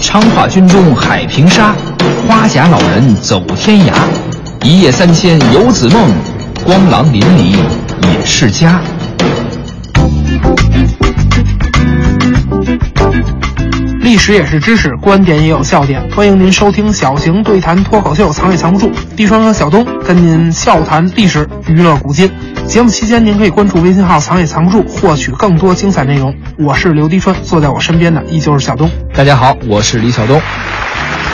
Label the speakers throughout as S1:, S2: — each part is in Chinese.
S1: 昌化军中海平沙，花甲老人走天涯。一夜三千游子梦，光狼林里也是家。
S2: 历史也是知识，观点也有笑点。欢迎您收听小型对谈脱口秀《藏也藏不住》，地双和小东跟您笑谈历史、娱乐古今。节目期间，您可以关注微信号“藏也藏不住”，获取更多精彩内容。我是刘迪川，坐在我身边的依旧是小东。
S1: 大家好，我是李晓东。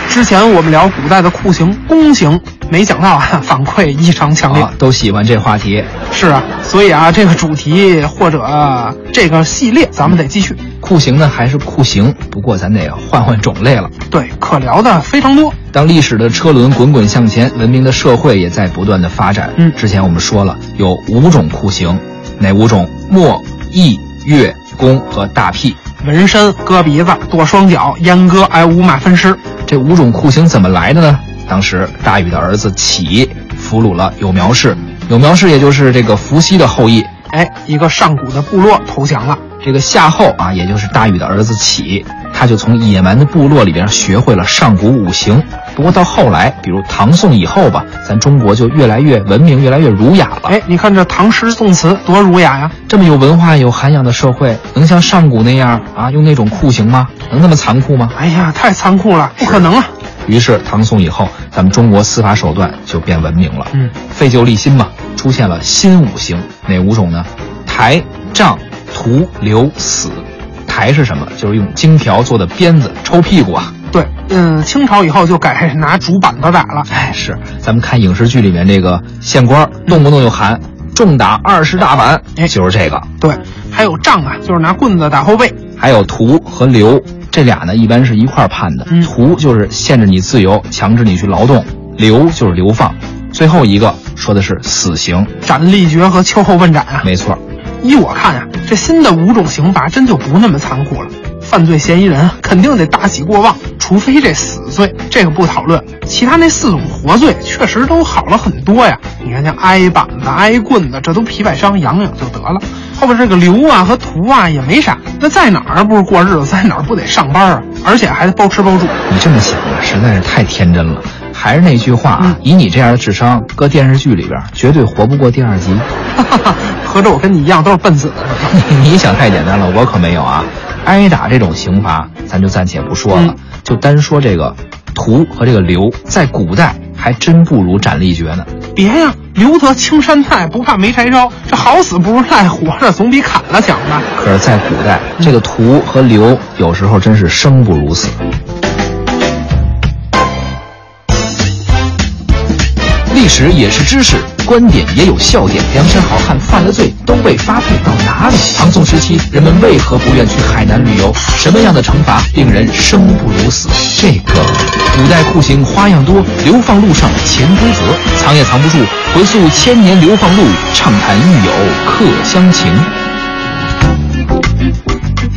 S2: 之前我们聊古代的酷刑、宫刑，没想到啊， 反馈异常强烈。
S1: 啊，都喜欢这话题。
S2: 是啊，所以啊，这个主题或者、啊这个系列，咱们得继续。
S1: 酷刑呢还是酷刑，不过咱得换换种类了。
S2: 对，可聊的非常多。
S1: 当历史的车轮滚滚向前，文明的社会也在不断的发展。
S2: 嗯
S1: 之前我们说了有五种酷刑，哪五种？墨、义、乐、弓和大屁。
S2: 纹身、割鼻子、剁双脚、阉割，哎，五马分尸。
S1: 这五种酷刑怎么来的呢？当时大禹的儿子启俘虏了有苗氏，有苗氏也就是这个伏羲的后裔。
S2: 哎，一个上古的部落投降了。
S1: 这个夏后啊，也就是大禹的儿子启，他就从野蛮的部落里边学会了上古五行。不过到后来，比如唐宋以后吧，咱中国就越来越文明，越来越儒雅了。
S2: 哎，你看这唐诗宋词多儒雅呀！
S1: 这么有文化、有涵养的社会，能像上古那样啊，用那种酷刑吗？能那么残酷吗？
S2: 哎呀，太残酷了，不可能啊！
S1: 于是唐宋以后，咱们中国司法手段就变文明了，
S2: 嗯，
S1: 废旧立新嘛，出现了新五行，哪五种呢？抬、杖、屠、流、死。抬是什么？就是用荆条做的鞭子抽屁股啊。
S2: 对，嗯，清朝以后就改 拿竹板子打了。
S1: 哎，是，咱们看影视剧里面这个县官，动不动就喊重打二十大板，
S2: 哎
S1: 就是这个。
S2: 对，还有杖啊，就是拿棍子打后背。
S1: 还有屠和流这俩呢，一般是一块儿判的。
S2: 嗯
S1: 屠就是限制你自由，强制你去劳动；流就是流放。最后一个说的是死刑，
S2: 斩立决和秋后问斩啊，
S1: 没错儿。
S2: 依我看啊，这新的五种刑罚真就不那么残酷了。犯罪嫌疑人啊肯定得大喜过望，除非这死罪，这个不讨论。其他那四种活罪确实都好了很多呀。你看，像挨板子、挨棍子，这都皮外伤，养养就得了。后边这个流啊和图啊也没啥，那在哪儿不是过日子，在哪儿不得上班啊？而且还得包吃包住。
S1: 你这么想啊，实在是太天真了。还是那句话啊，以你这样的智商，搁电视剧里边儿绝对活不过第二集。
S2: 哈哈哈，合着我跟你一样都是笨子。
S1: 你想太简单了，我可没有啊。挨打这种刑罚，咱就暂且不说了，
S2: 嗯
S1: 就单说这个屠和这个流，在古代还真不如斩立决呢。
S2: 别呀，留得青山在，不怕没柴烧。这好死不如赖，活着总比砍了强吧。
S1: 可是，在古代，这个屠和流有时候真是生不如死。历史也是知识，观点也有笑点。梁山好汉犯了罪，都被发配到哪里？唐宋时期，人们为何不愿去海南旅游？什么样的惩罚令人生不如死？这个古代酷刑花样多，流放路上潜规则，藏也藏不住。回溯千年流放路，畅谈狱友客乡情。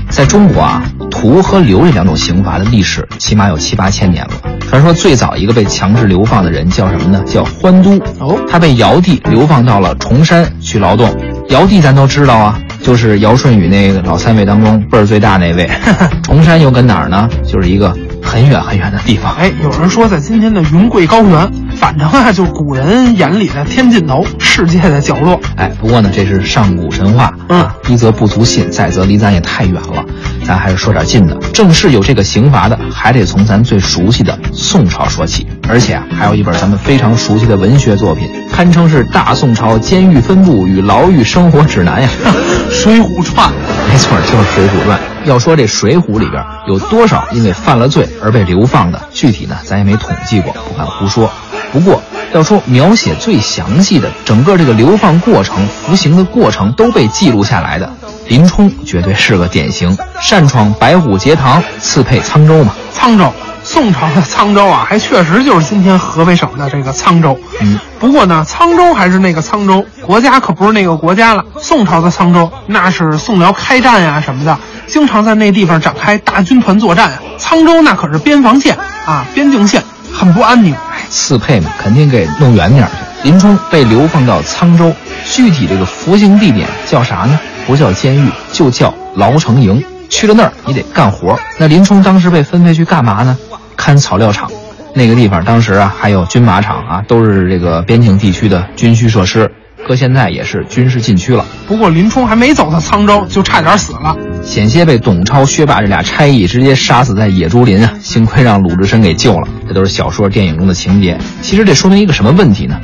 S1: 在中国啊，屠和流这两种刑罚的历史起码有七八千年了。传说最早一个被强制流放的人叫什么呢？叫欢都。
S2: 哦
S1: 他被尧帝流放到了崇山去劳动。尧帝咱都知道啊，就是尧舜禹那个老三位当中辈儿最大那位。 崇山又跟哪儿呢？就是一个很远很远的地方。
S2: 哎，有人说在今天的云贵高原，反正啊，就古人眼里的天尽头，世界的角落。
S1: 哎，不过呢，这是上古神话，啊
S2: 嗯
S1: 一则不足信，再则离咱也太远了，咱还是说点近的。正是有这个刑罚的，还得从咱最熟悉的宋朝说起，而且啊，还有一本咱们非常熟悉的文学作品，堪称是大宋朝监狱分布与牢狱生活指南呀。
S2: 《水浒传》
S1: 没错，就是《水浒传》。要说这《水浒》里边有多少因为犯了罪而被流放的，具体呢咱也没统计过，不敢胡说。不过要说描写最详细的，整个这个流放过程、服刑的过程都被记录下来的，林冲绝对是个典型，擅闯白虎节堂，刺配沧州嘛。
S2: 沧州，宋朝的沧州啊，还确实就是今天河北省的这个沧州。
S1: 嗯，
S2: 不过呢，沧州还是那个沧州，国家可不是那个国家了。宋朝的沧州，那是宋辽开战呀、什么的，经常在那地方展开大军团作战啊。沧州那可是边防线啊，边境线，很不安宁。哎
S1: 刺配嘛，肯定给弄远点儿去。林冲被流放到沧州，具体这个服刑地点叫啥呢？不叫监狱，就叫牢城营。去了那儿，你得干活。那林冲当时被分配去干嘛呢？看草料场。那个地方当时啊，还有军马场啊，都是这个边境地区的军需设施，搁现在也是军事禁区了。
S2: 不过林冲还没走到沧州，就差点死了。
S1: 险些被董超、薛霸这俩差役直接杀死在野猪林啊！幸亏让鲁智深给救了，这都是小说、电影中的情节。其实这说明一个什么问题呢？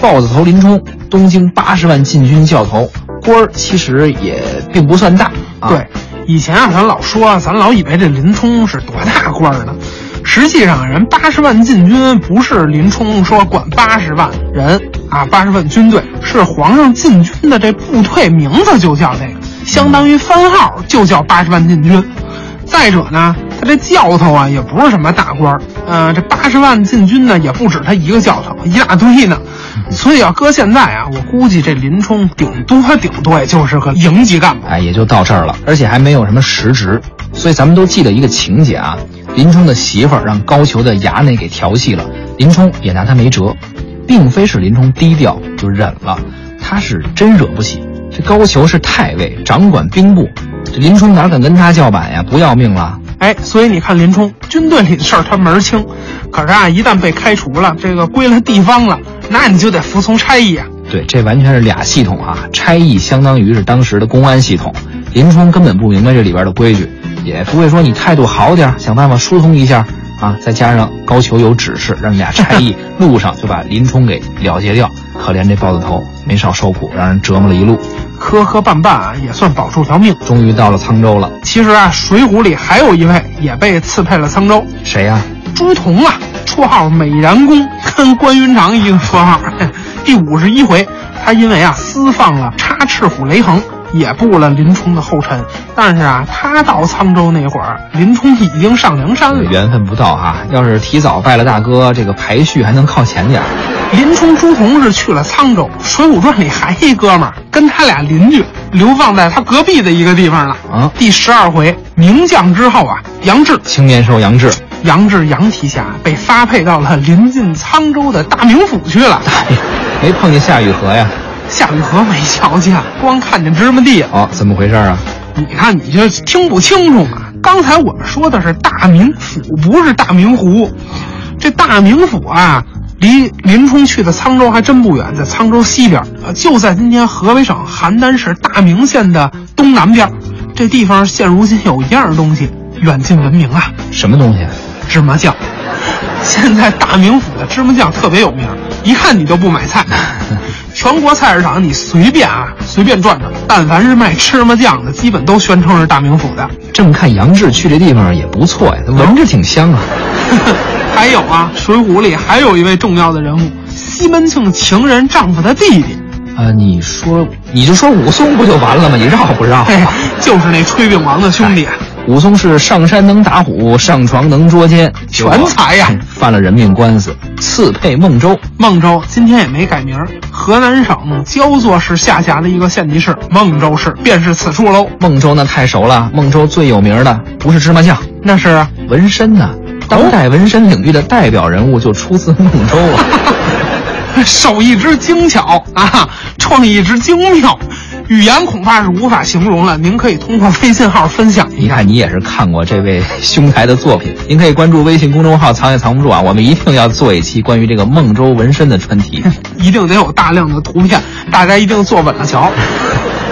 S1: 豹子头林冲，东京八十万禁军教头，官儿其实也并不算大啊。
S2: 对，，以前啊，咱老说，咱老以为这林冲是多大官儿呢，实际上啊人八十万禁军不是林冲说管八十万人啊，八十万军队是皇上禁军的这部队名字就叫这个，相当于番号就叫八十万禁军。再者呢，他这教头啊也不是什么大官儿，呃，这八十万禁军呢也不止他一个教头，一大堆呢。所以要、搁现在啊，我估计这林冲顶多顶多也就是个营级干部。
S1: 哎，也就到这儿了，而且还没有什么实职，所以咱们都记得一个情节啊，林冲的媳妇儿让高俅的衙内给调戏了，林冲也拿他没辙，并非是林冲低调就忍了，他是真惹不起。这高俅是太尉，掌管兵部，这林冲哪敢跟他叫板呀？不要命了！
S2: 哎，所以你看林冲军队里的事儿他门儿清，可是啊，一旦被开除了，这个归了地方了，那你就得服从差役啊。
S1: 对，这完全是俩系统啊！差役相当于是当时的公安系统，林冲根本不明白这里边的规矩，也不会说你态度好点儿，想办法疏通一下啊。再加上高俅有指示，让俩差役路上就把林冲给了结掉。可怜这豹子头没少受苦，让人折磨了一路。
S2: 磕磕绊绊啊，也算保住条命。
S1: 终于到了沧州了，
S2: 其实啊，《水浒》里还有一位也被刺配了沧州，
S1: 谁呀、
S2: 朱仝啊，绰号美髯公，跟关云长一个绰号。 第五十一回，他因为啊私放了插翅虎雷横，也步了林冲的后尘。但是啊，他到沧州那会儿，林冲已经上梁山了。
S1: 缘分不到哈、要是提早拜了大哥，这个排序还能靠前点儿。
S2: 林冲、朱仝是去了沧州，《水浒传》里还一哥们儿跟他俩邻居，流放在他隔壁的一个地方了。
S1: 啊
S2: 第十二回名将之后啊，杨志，
S1: 青年寿杨志，
S2: 杨志杨提辖被发配到了临近沧州的大名府去了。
S1: 哎没碰见夏雨荷呀？
S2: 夏雨荷没瞧见，光看见芝麻地了。
S1: 哦，怎么回事儿啊？
S2: 你看你这听不清楚啊！刚才我们说的是大名府，不是大明湖。这大名府啊，离林冲去的沧州还真不远，在沧州西边，呃，就在今天河北省邯郸市大名县的东南边。这地方现如今有一样东西远近闻名啊，
S1: 什么东西？
S2: 芝麻酱。现在大名府的芝麻酱特别有名，一看你就不买 菜。全国菜市场你随便啊，随便转转，但凡是卖芝麻酱的，基本都宣称是大名府的。
S1: 这么看，杨志去这地方也不错呀，闻着挺香啊。
S2: 还有啊，《水浒》里还有一位重要的人物，西门庆情人丈夫的弟弟，
S1: 啊，你说，哎你就说武松不就完了吗？你绕不绕？啊
S2: 嘿，就是那炊饼王的兄弟。啊
S1: 武松是上山能打虎，上床能捉奸，
S2: 全才呀
S1: 嗯犯了人命官司，刺配孟州。
S2: 孟州今天也没改名儿，河南省焦作市下辖的一个县级市孟州市，便是此处喽。
S1: 孟州那太熟了，孟州最有名的不是芝麻酱，
S2: 那是啊
S1: 纹身呢、当代纹身领域的代表人物就出自孟州 啊。
S2: 手艺之精巧啊，创意之精妙，语言恐怕是无法形容了。您可以通过微信号分享一
S1: 一
S2: 下。
S1: 看你也是看过这位兄台的作品，您可以关注微信公众号“藏也藏不住”啊，我们一定要做一期关于这个孟州纹身的专题。
S2: 一定得有大量的图片，大家一定坐稳了瞧。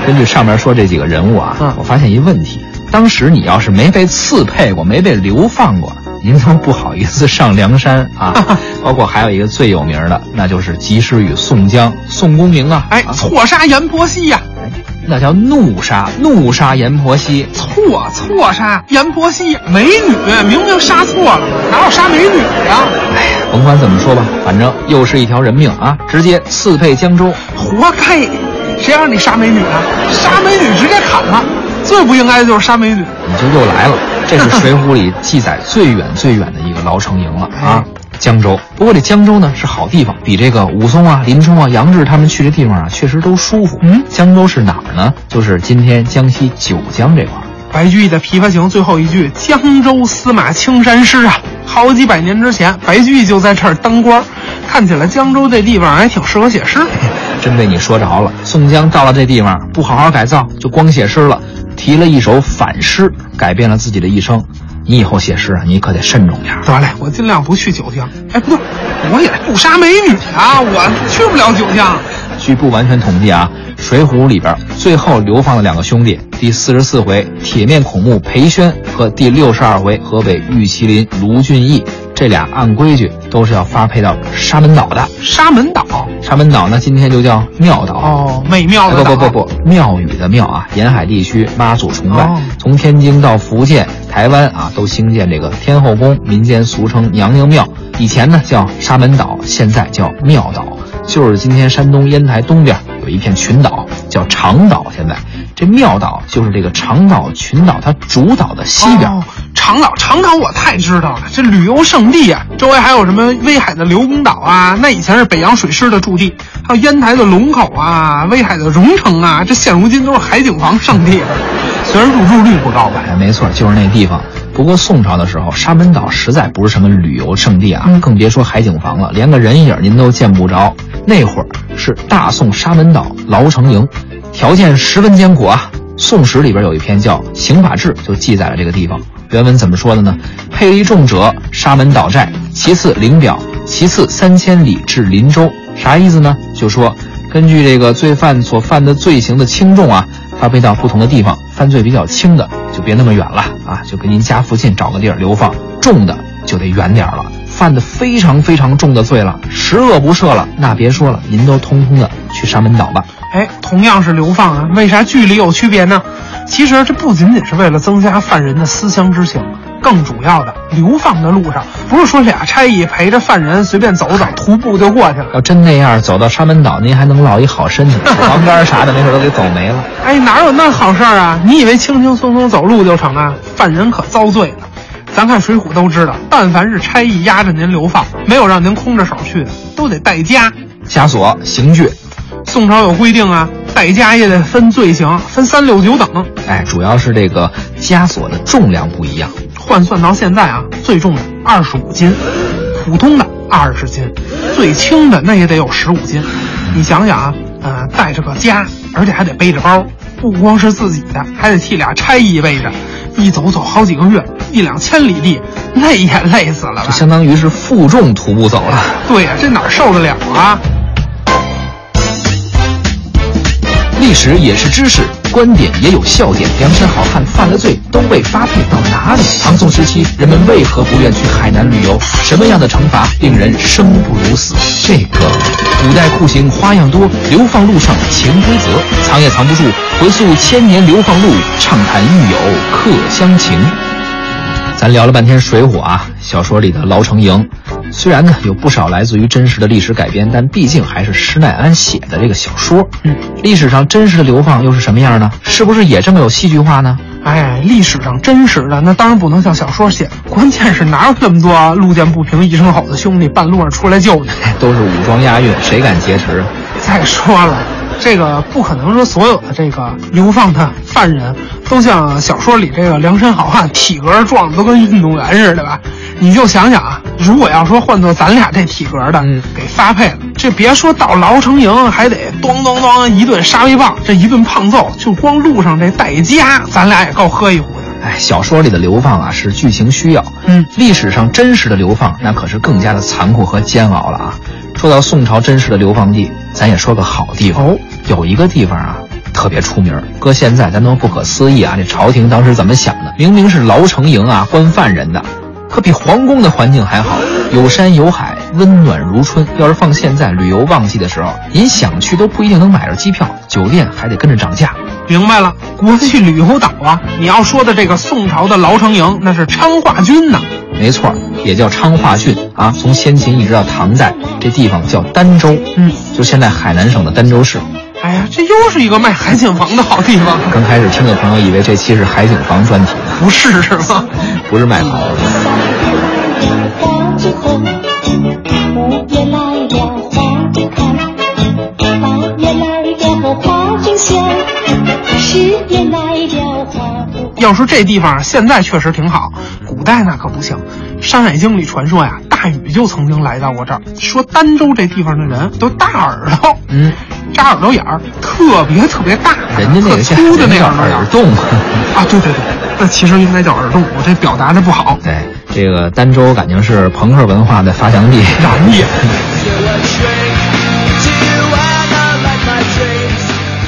S1: 根据上面说这几个人物啊，
S2: 嗯
S1: 我发现一问题：当时你要是没被刺配过，没被流放过，您都不好意思上梁山 啊。包括还有一个最有名的，那就是及时雨宋江、宋公明啊，
S2: 哎，
S1: 啊
S2: 错杀阎婆惜呀、
S1: 那叫怒杀，怒杀阎婆惜。
S2: 错错杀阎婆惜，美女明明杀错了，哪有杀美女呀、
S1: 哎甭管怎么说吧，反正又是一条人命啊，直接刺配江州。
S2: 活该！谁让你杀美女啊？杀美女直接砍了！最不应该的就是沙美女。
S1: 你就又来了。这是《水浒》里记载最远最远的一个牢城营了啊，江州。不过这江州呢是好地方，比这个武松啊、林冲啊、杨志他们去这地方啊，确实都舒服。
S2: 嗯
S1: 江州是哪儿呢？就是今天江西九江这块儿。
S2: 白居易的《琵琶行》最后一句“江州司马青衫湿”啊，好几百年之前，白居易就在这儿当官儿。看起来江州这地方还挺适合写诗。
S1: 真被你说着了。宋江到了这地方，不好好改造，就光写诗了，提了一首反诗，改变了自己的一生。你以后写诗啊，你可得慎重点儿。
S2: 得嘞，我尽量不去九江。哎，不对，我也不杀美女啊，我去不了九江。
S1: 据不完全统计啊，《水浒》里边最后流放的两个兄弟，第四十四回铁面孔目裴宣和第六十二回河北玉麒麟卢俊义，这俩按规矩都是要发配到沙门岛的。
S2: 沙门岛
S1: 沙门岛呢，今天就叫庙岛。
S2: 哦，美妙
S1: 不
S2: 的岛。
S1: 哎不不不，庙宇的庙啊，沿海地区妈祖崇拜，
S2: 哦
S1: 从天津到福建、台湾啊，都兴建这个天后宫，民间俗称娘娘庙。以前呢叫沙门岛，现在叫庙岛，就是今天山东烟台东边有一片群岛叫长岛。现在这庙岛就是这个长岛群岛它主岛的西边。
S2: 哦长岛，长岛我太知道了，这旅游胜地啊，周围还有什么威海的刘公岛啊，那以前是北洋水师的驻地，还有烟台的龙口啊，威海的荣城啊，这现如今都是海景房圣地了，虽然入住率不高吧。
S1: 哎，没错，就是那地方。不过宋朝的时候，沙门岛实在不是什么旅游胜地啊，
S2: 嗯
S1: 更别说海景房了，连个人影您都见不着。那会儿是大宋沙门岛牢城营，条件十分艰苦啊。《宋史》里边有一篇叫《刑法志》，就记载了这个地方。原文怎么说的呢？配力重者，沙门岛寨；其次林表，其次三千里至林州。啥意思呢？就说根据这个罪犯所犯的罪行的轻重啊，发配到不同的地方，犯罪比较轻的就别那么远了啊，就给您家附近找个地儿流放；重的就得远点儿了，犯的非常非常重的罪了，十恶不赦了，那别说了，您都通通的去沙门岛吧。
S2: 哎，同样是流放啊，为啥距离有区别呢？其实这不仅仅是为了增加犯人的思乡之情，更主要的，流放的路上不是说俩差役陪着犯人随便走走，徒步就过去了。
S1: 要真那样，走到沙门岛，您还能落一好身体，黄杆儿啥的，没准都给走没了。
S2: 哎，哪有那好事儿啊？你以为轻轻松松走路就成啊？犯人可遭罪了。咱看《水浒》都知道，但凡是差役压着您流放，没有让您空着手去的，都得带枷。
S1: 枷锁、刑具，
S2: 宋朝有规定啊，带枷也得分罪行，分三六九等。
S1: 哎，主要是这个枷锁的重量不一样。
S2: 换算到现在啊，最重的二十五斤，普通的二十斤，最轻的那也得有十五斤。你想想啊，呃，带着个家，而且还得背着包，不光是自己的，还得替俩差役背着，一走走好几个月，一两千里地，累也累死了吧
S1: 这？相当于是负重徒步走了。
S2: 对呀、这哪受得了啊？
S1: 历史也是知识，观点也有笑点。梁山好汉犯了罪，都被发配到哪里？唐宋时期，人们为何不愿去海南旅游？什么样的惩罚令人生不如死？这个古代酷刑花样多，流放路上潜规则，藏也藏不住。回溯千年流放路，畅谈狱友客乡情。咱聊了半天《水浒》啊，小说里的牢城营，虽然呢有不少来自于真实的历史改编，但毕竟还是施耐庵写的这个小说。
S2: 嗯，
S1: 历史上真实的流放又是什么样呢？是不是也这么有戏剧化呢？
S2: 哎，历史上真实的那当然不能像小说写，关键是哪有那么多路见不平一声吼的兄弟半路上出来救你？
S1: 哎都是武装押运，谁敢劫持啊？
S2: 再说了，这个不可能说所有的这个流放的犯人都像小说里这个梁山好汉体格壮的都跟运动员似的吧？你就想想啊，如果要说换做咱俩这体格的，
S1: 嗯
S2: 给发配了，这别说到牢城营，还得咣咣咣一顿沙威棒，这一顿胖揍，就光路上这带枷，咱俩也够喝一壶的。
S1: 哎，小说里的流放啊是剧情需要，
S2: 嗯
S1: 历史上真实的流放那可是更加的残酷和煎熬了啊。说到宋朝真实的流放地，咱也说个好地方
S2: 哦，
S1: 有一个地方啊特别出名儿，搁现在咱都不可思议啊，这朝廷当时怎么想的？明明是牢城营啊，关犯人的。可比皇宫的环境还好，有山有海，温暖如春。要是放现在旅游旺季的时候，您想去都不一定能买着机票，酒店还得跟着涨价。
S2: 明白了，国际旅游岛啊，你要说的这个宋朝的牢城营，那是昌化军呐、
S1: 没错，也叫昌化郡啊。从先秦一直到唐代，这地方叫儋州，
S2: 嗯，
S1: 就现在海南省的儋州市。
S2: 哎呀，这又是一个卖海景房的好地方，
S1: 刚开始听的朋友以为这期是海景房专题，
S2: 不是是吗？
S1: 不是卖房。
S3: 花就红，夜来呀花就开，八月来了花正香，十月来了花不开。
S2: 要说这地方啊现在确实挺好，古代那可不行。《山海经》里传说呀，大禹就曾经来到过这儿，说儋州这地方的人都大耳朵，
S1: 嗯，
S2: 扎耳朵眼儿，特别特别大，
S1: 人家那
S2: 特
S1: 个
S2: 粗的那
S1: 叫
S2: 耳朵眼
S1: 耳
S2: 儿
S1: 洞。
S2: 啊，对对对，那其实应该叫耳洞，我这表达的不好。
S1: 对，这个儋州感情是朋克文化的发祥地。
S2: 然也，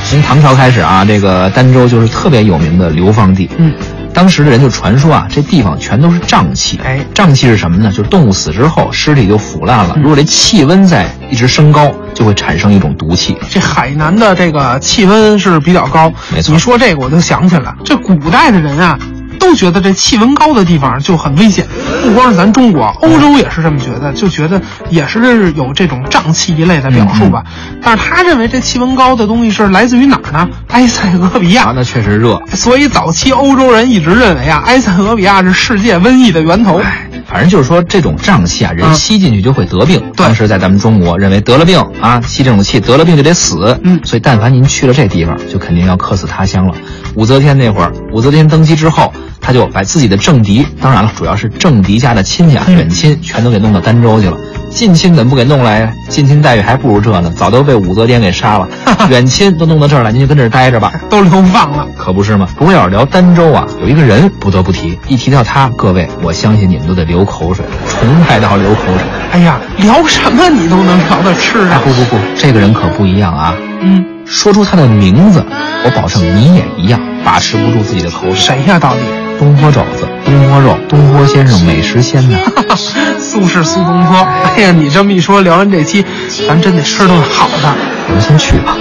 S1: 从唐朝开始啊，这个儋州就是特别有名的流放地。
S2: 嗯，
S1: 当时的人就传说啊，这地方全都是瘴气。
S2: 哎
S1: 瘴气是什么呢？就是动物死之后，尸体就腐烂了。
S2: 嗯
S1: 如果这气温在一直升高，就会产生一种毒气。
S2: 这海南的这个气温是比较高，
S1: 没错
S2: 你说这个我就想起来，这古代的人啊，都觉得这气温高的地方就很危险，不光是咱中国，
S1: 嗯
S2: 欧洲也是这么觉得，就觉得也是有这种瘴气一类的表述吧。
S1: 嗯
S2: 但是他认为这气温高的东西是来自于哪儿呢？埃塞俄比亚
S1: 啊，。那确实热。
S2: 所以早期欧洲人一直认为啊，埃塞俄比亚是世界瘟疫的源头。
S1: 反正就是说，这种瘴气啊，人
S2: 嗯
S1: 吸进去就会得病。
S2: 对
S1: 当时在咱们中国，认为得了病啊，吸这种气得了病就得死。
S2: 嗯
S1: 所以但凡您去了这地方，就肯定要客死他乡了。武则天那会儿，武则天登基之后，他就把自己的政敌，当然了，主要是政敌家的亲戚、啊、
S2: 嗯
S1: 远亲，全都给弄到儋州去了。近亲怎么不给弄来呀？近亲待遇还不如这呢，早都被武则天 给杀了。远亲都弄到这儿来，您就跟这儿待着吧。
S2: 都流放了。
S1: 可不是吗？不过要是聊儋州啊，有一个人不得不提，一提到他，各位，我相信你们都得流口水，崇拜到流口水。
S2: 哎呀，聊什么你都能聊到吃
S1: 哎，
S2: 上。
S1: 不不不，这个人可不一样啊！
S2: 嗯，
S1: 说出他的名字，我保证你也一样把持不住自己的口水。
S2: 谁呀、到底？
S1: 东坡肘子，东坡肉，东坡先生美食仙呢。
S2: 苏轼、苏东坡。哎呀，你这么一说，聊完这期，咱真得吃顿好的。
S1: 我们先去吧，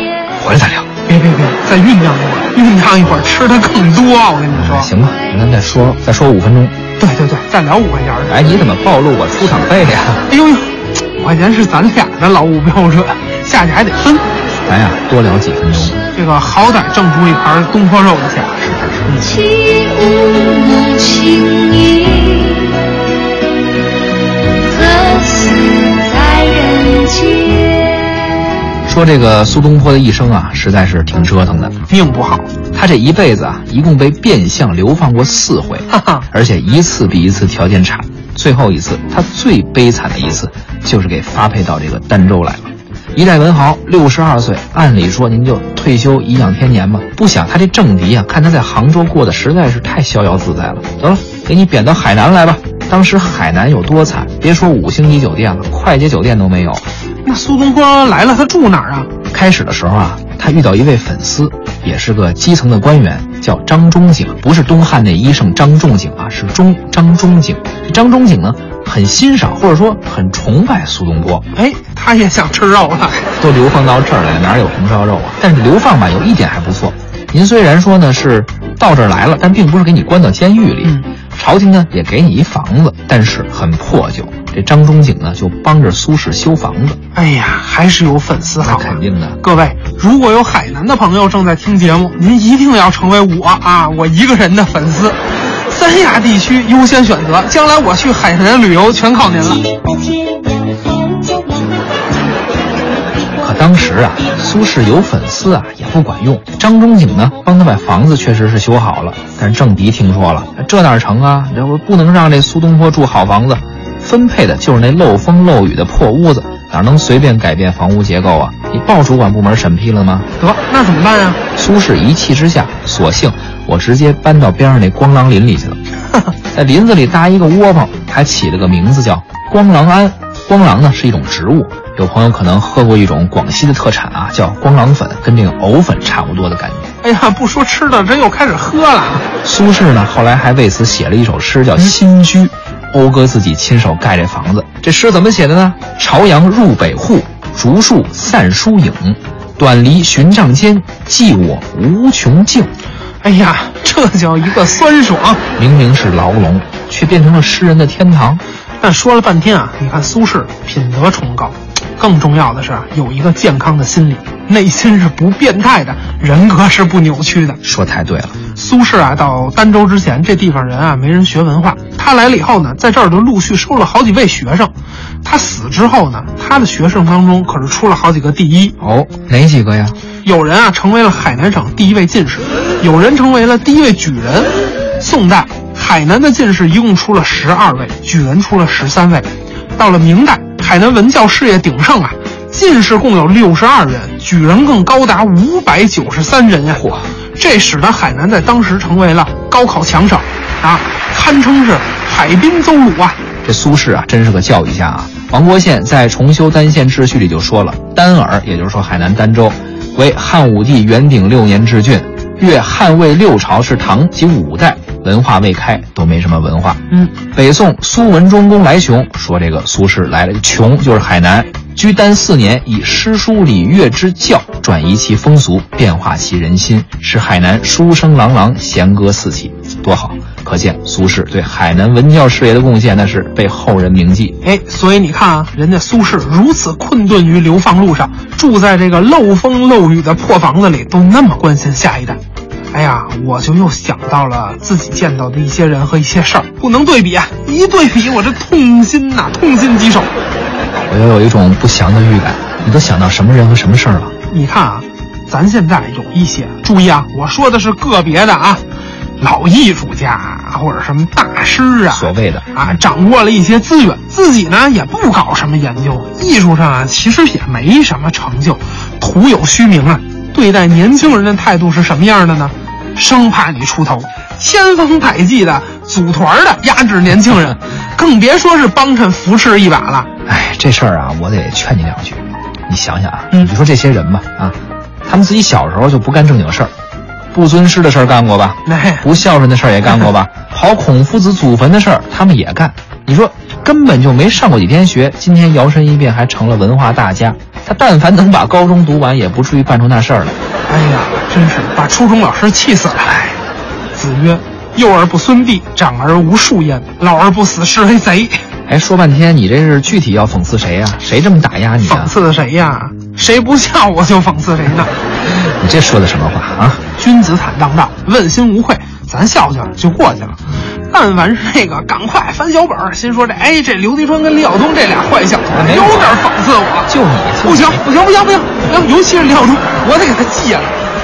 S1: 回来再聊。
S2: 别别别，再酝酿一会儿，酝酿一会儿，吃的更多。我跟你说，
S1: 哎行吧，那咱再说再说五分钟。
S2: 对对对，再聊五块钱儿的。
S1: 哎，你怎么暴露我出场费了呀？
S2: 哎呦呦，五块钱是咱俩的劳务标准，下去还得分。
S1: 咱哎呀多聊几分钟。
S2: 这个好歹挣出一盘东坡肉的钱。
S3: 起舞那轻易，何似在人间？
S1: 说这个苏东坡的一生啊，实在是挺折腾的。
S2: 命不好，
S1: 他这一辈子啊，一共被变相流放过四回，
S2: 哈哈，
S1: 而且一次比一次条件差。最后一次，他最悲惨的一次，就是给发配到这个儋州来了。一代文豪，六十二岁，按理说您就退休颐养天年吧。不想他这政敌啊，看他在杭州过得实在是太逍遥自在了，得了，给你贬到海南来吧。当时海南有多惨，别说五星级酒店了，快捷酒店都没有。
S2: 那苏东坡来了，他住哪儿啊？
S1: 开始的时候啊，他遇到一位粉丝，也是个基层的官员，叫张仲景，不是东汉那医圣张仲景啊，是中张仲景。这张仲景呢，很欣赏或者说很崇拜苏东坡，
S2: 哎，他也想吃肉了。
S1: 都流放到这儿来，哪有红烧肉啊？但是流放吧，有一点还不错，您虽然说呢是到这儿来了，但并不是给你关到监狱里。
S2: 嗯
S1: 朝廷呢也给你一房子，但是很破旧。这张仲景呢就帮着苏轼修房子，
S2: 哎呀，还是有粉丝
S1: 那
S2: 好啊。
S1: 肯定的。
S2: 各位，如果有海南的朋友正在听节目，您一定要成为我啊，我一个人的粉丝。三亚地区优先选择，将来我去海南旅游全靠您了。
S3: 到天涯海角
S1: 可
S3: 来。
S1: 当时啊，苏轼有粉丝啊也不管用。张仲景呢，帮他把房子确实是修好了，但是政敌听说了，这哪成啊？这不不能让这苏东坡住好房子，分配的就是那漏风漏雨的破屋子，哪能随便改变房屋结构啊？你报主管部门审批了吗？
S2: 得，那怎么办啊呀、
S1: 苏轼一气之下，索性我直接搬到边上那光狼林里去了，在林子里搭一个窝棚，还起了个名字叫光狼庵。光狼呢是一种植物，有朋友可能喝过一种广西的特产啊，叫光狼粉，跟这个藕粉差不多的感觉。
S2: 哎呀，不说吃的，这又开始喝了。
S1: 苏轼呢，后来还为此写了一首诗，叫《新居》，讴歌自己亲手盖这房子。这诗怎么写的呢？朝阳入北户，竹树散疏影，短篱寻杖间，寄我无穷境。
S2: 哎呀，这叫一个酸爽。
S1: 明明是牢笼，却变成了诗人的天堂。
S2: 但说了半天啊，你看苏轼品德崇高，更重要的是啊，有一个健康的心理，内心是不变态的，人格是不扭曲的。
S1: 说太对了，
S2: 苏轼啊，到儋州之前，这地方人啊没人学文化。他来了以后呢，在这儿就陆续收了好几位学生。他死之后呢，他的学生当中可是出了好几个第一。
S1: 哦，哪几个呀？
S2: 有人啊成为了海南省第一位进士，有人成为了第一位举人。宋代海南的进士一共出了十二位，举人出了十三位。到了明代，海南文教事业鼎盛啊，进士共有六十二人，举人更高达五百九十三人呀、
S1: 嚯
S2: 这使得海南在当时成为了高考强省啊，堪称是海滨邹鲁啊。
S1: 这苏轼啊，真是个教育家啊！王国宪在《重修丹县志序》里就说了，丹耳，也就是说海南儋州，为汉武帝元鼎六年治郡，越汉魏六朝至唐及五代，文化未开，都没什么文化。
S2: 嗯，
S1: 北宋苏文忠公来琼说，这个苏轼来了，琼就是海南，居丹四年，以诗书礼乐之教，转移其风俗，变化其人心，使海南书声朗朗，弦歌四起，多好！可见苏轼对海南文教事业的贡献，那是被后人铭记。
S2: 哎，所以你看啊，人家苏轼如此困顿于流放路上，住在这个漏风漏雨的破房子里，都那么关心下一代。哎呀，我就又想到了自己见到的一些人和一些事儿，不能对比啊！一对比，我这痛心呐、痛心疾首。
S1: 我又哎有一种不祥的预感，你都想到什么人和什么事儿了？
S2: 你看啊，咱现在有一些，注意啊，我说的是个别的啊，老艺术家啊或者什么大师啊，
S1: 所谓的
S2: 啊，掌握了一些资源，自己呢也不搞什么研究，艺术上啊其实也没什么成就，徒有虚名啊。对待年轻人的态度是什么样的呢？生怕你出头，千方百计的组团的压制年轻人，更别说是帮衬扶持一把了。
S1: 哎，这事儿啊，我得劝你两句。你想想啊，
S2: 嗯
S1: 你说这些人吧，啊，他们自己小时候就不干正经事儿，不尊师的事儿干 过吧，
S2: 那、
S1: 不孝顺的事儿也干过吧，刨孔夫子祖坟的事儿他们也干。你说根本就没上过几天学，今天摇身一变还成了文化大家。他但凡能把高中读完，也不至于办出那事儿来。
S2: 哎呀，真是把初中老师气死了！哎，子曰：“幼而不孙弟，长而无术焉，老而不死是为贼。
S1: 哎，说半天你这是具体要讽刺谁呀、啊谁这么打压”你
S2: 讽
S1: 啊？
S2: 刺的谁呀？谁不笑我就讽刺谁呢。
S1: 你这说的什么话啊？
S2: 君子坦荡荡，问心无愧，咱笑笑就过去了。但凡是那个，赶快翻小本儿，心说这哎，这刘迪川跟李晓东这俩坏小子
S1: 哎没
S2: 有
S1: 有
S2: 点讽刺我，
S1: 就你
S2: 不行不行不行不行，尤其是李晓东，我得给他戒了。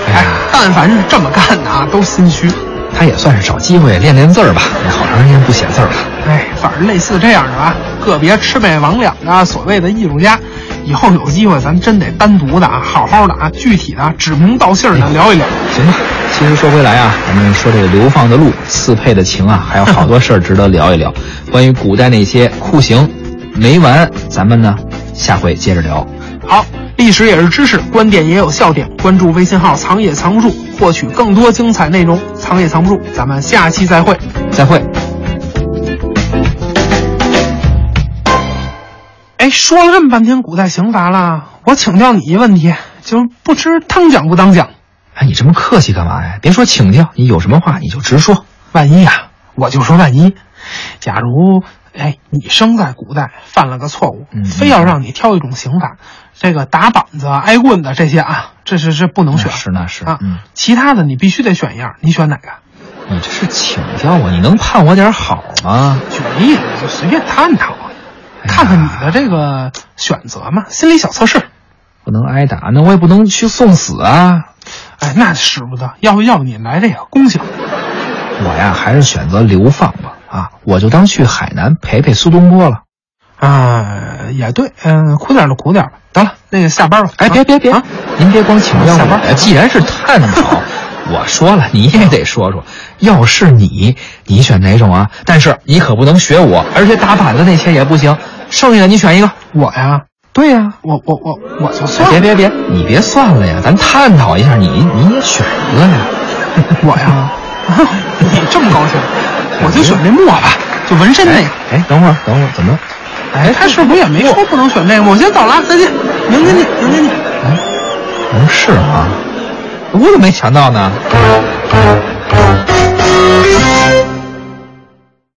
S1: 哎
S2: 哎
S1: 呀，
S2: 但凡是这么干的啊，都心虚。
S1: 他也算是找机会练练字儿吧，也好长时间不写字儿了。
S2: 哎，反正类似这样的啊，个别魑魅魍魉的啊所谓的艺术家，以后有机会咱真得单独的啊，好好的啊，具体的啊指名道姓的聊一聊。
S1: 行吧，其实说回来啊，咱们说这个流放的路、刺配的情啊，还有好多事儿 值得聊一聊。关于古代那些酷刑没完，咱们呢下回接着聊。
S2: 好，历史也是知识，观点也有笑点。关注微信号“藏也藏不住”，获取更多精彩内容。藏也藏不住，咱们下期再会。
S1: 再会。
S2: 哎，说了这么半天古代刑罚了，我请教你一问题，就是不知当讲不当讲？
S1: 哎，你这么客气干嘛呀？别说请教，你有什么话你就直说。
S2: 万一啊，我就说万一，假如哎你生在古代犯了个错误，
S1: 嗯
S2: 非要让你挑一种刑罚，这个打板子、啊、挨棍子这些啊，这是是不能选，
S1: 那是那是
S2: 啊，
S1: 嗯
S2: 其他的你必须得选一样，你选哪个？
S1: 你嗯这是请教我，你能盼我点好吗？
S2: 举个例子，就随便探讨，
S1: 哎
S2: 看看你的这个选择嘛，心理小测试。
S1: 不能挨打，那我也不能去送死啊。
S2: 哎，那使不得，要不要不你来这个公刑？
S1: 我呀，还是选择流放吧。啊，我就当去海南陪陪苏东坡了。
S2: 啊，也对，嗯、苦点儿就苦点儿吧。得了，那个下班吧。
S1: 哎，别别别，
S2: 啊
S1: 您别光请教
S2: 下班
S1: 我，既然是探 讨，我说了，你也得说说。要是你，你选哪种啊？但是你可不能学我，而且打板子那些也不行。剩下的你选一个。
S2: 我呀，
S1: 对呀、
S2: 我我我我就
S1: 哎
S2: 算
S1: 别别别，你别算了呀，咱探讨一下，你你也选一个呀。
S2: 我呀，哎你这么高兴，我就选这墨吧，就纹身那个。
S1: 哎，等会儿等会儿，怎么？
S2: 哎，他是不是也没说不能选这个？我先走了，再见，明天见，明天见。
S1: 嗯，是啊，我怎么没想到呢？
S3: Thank you.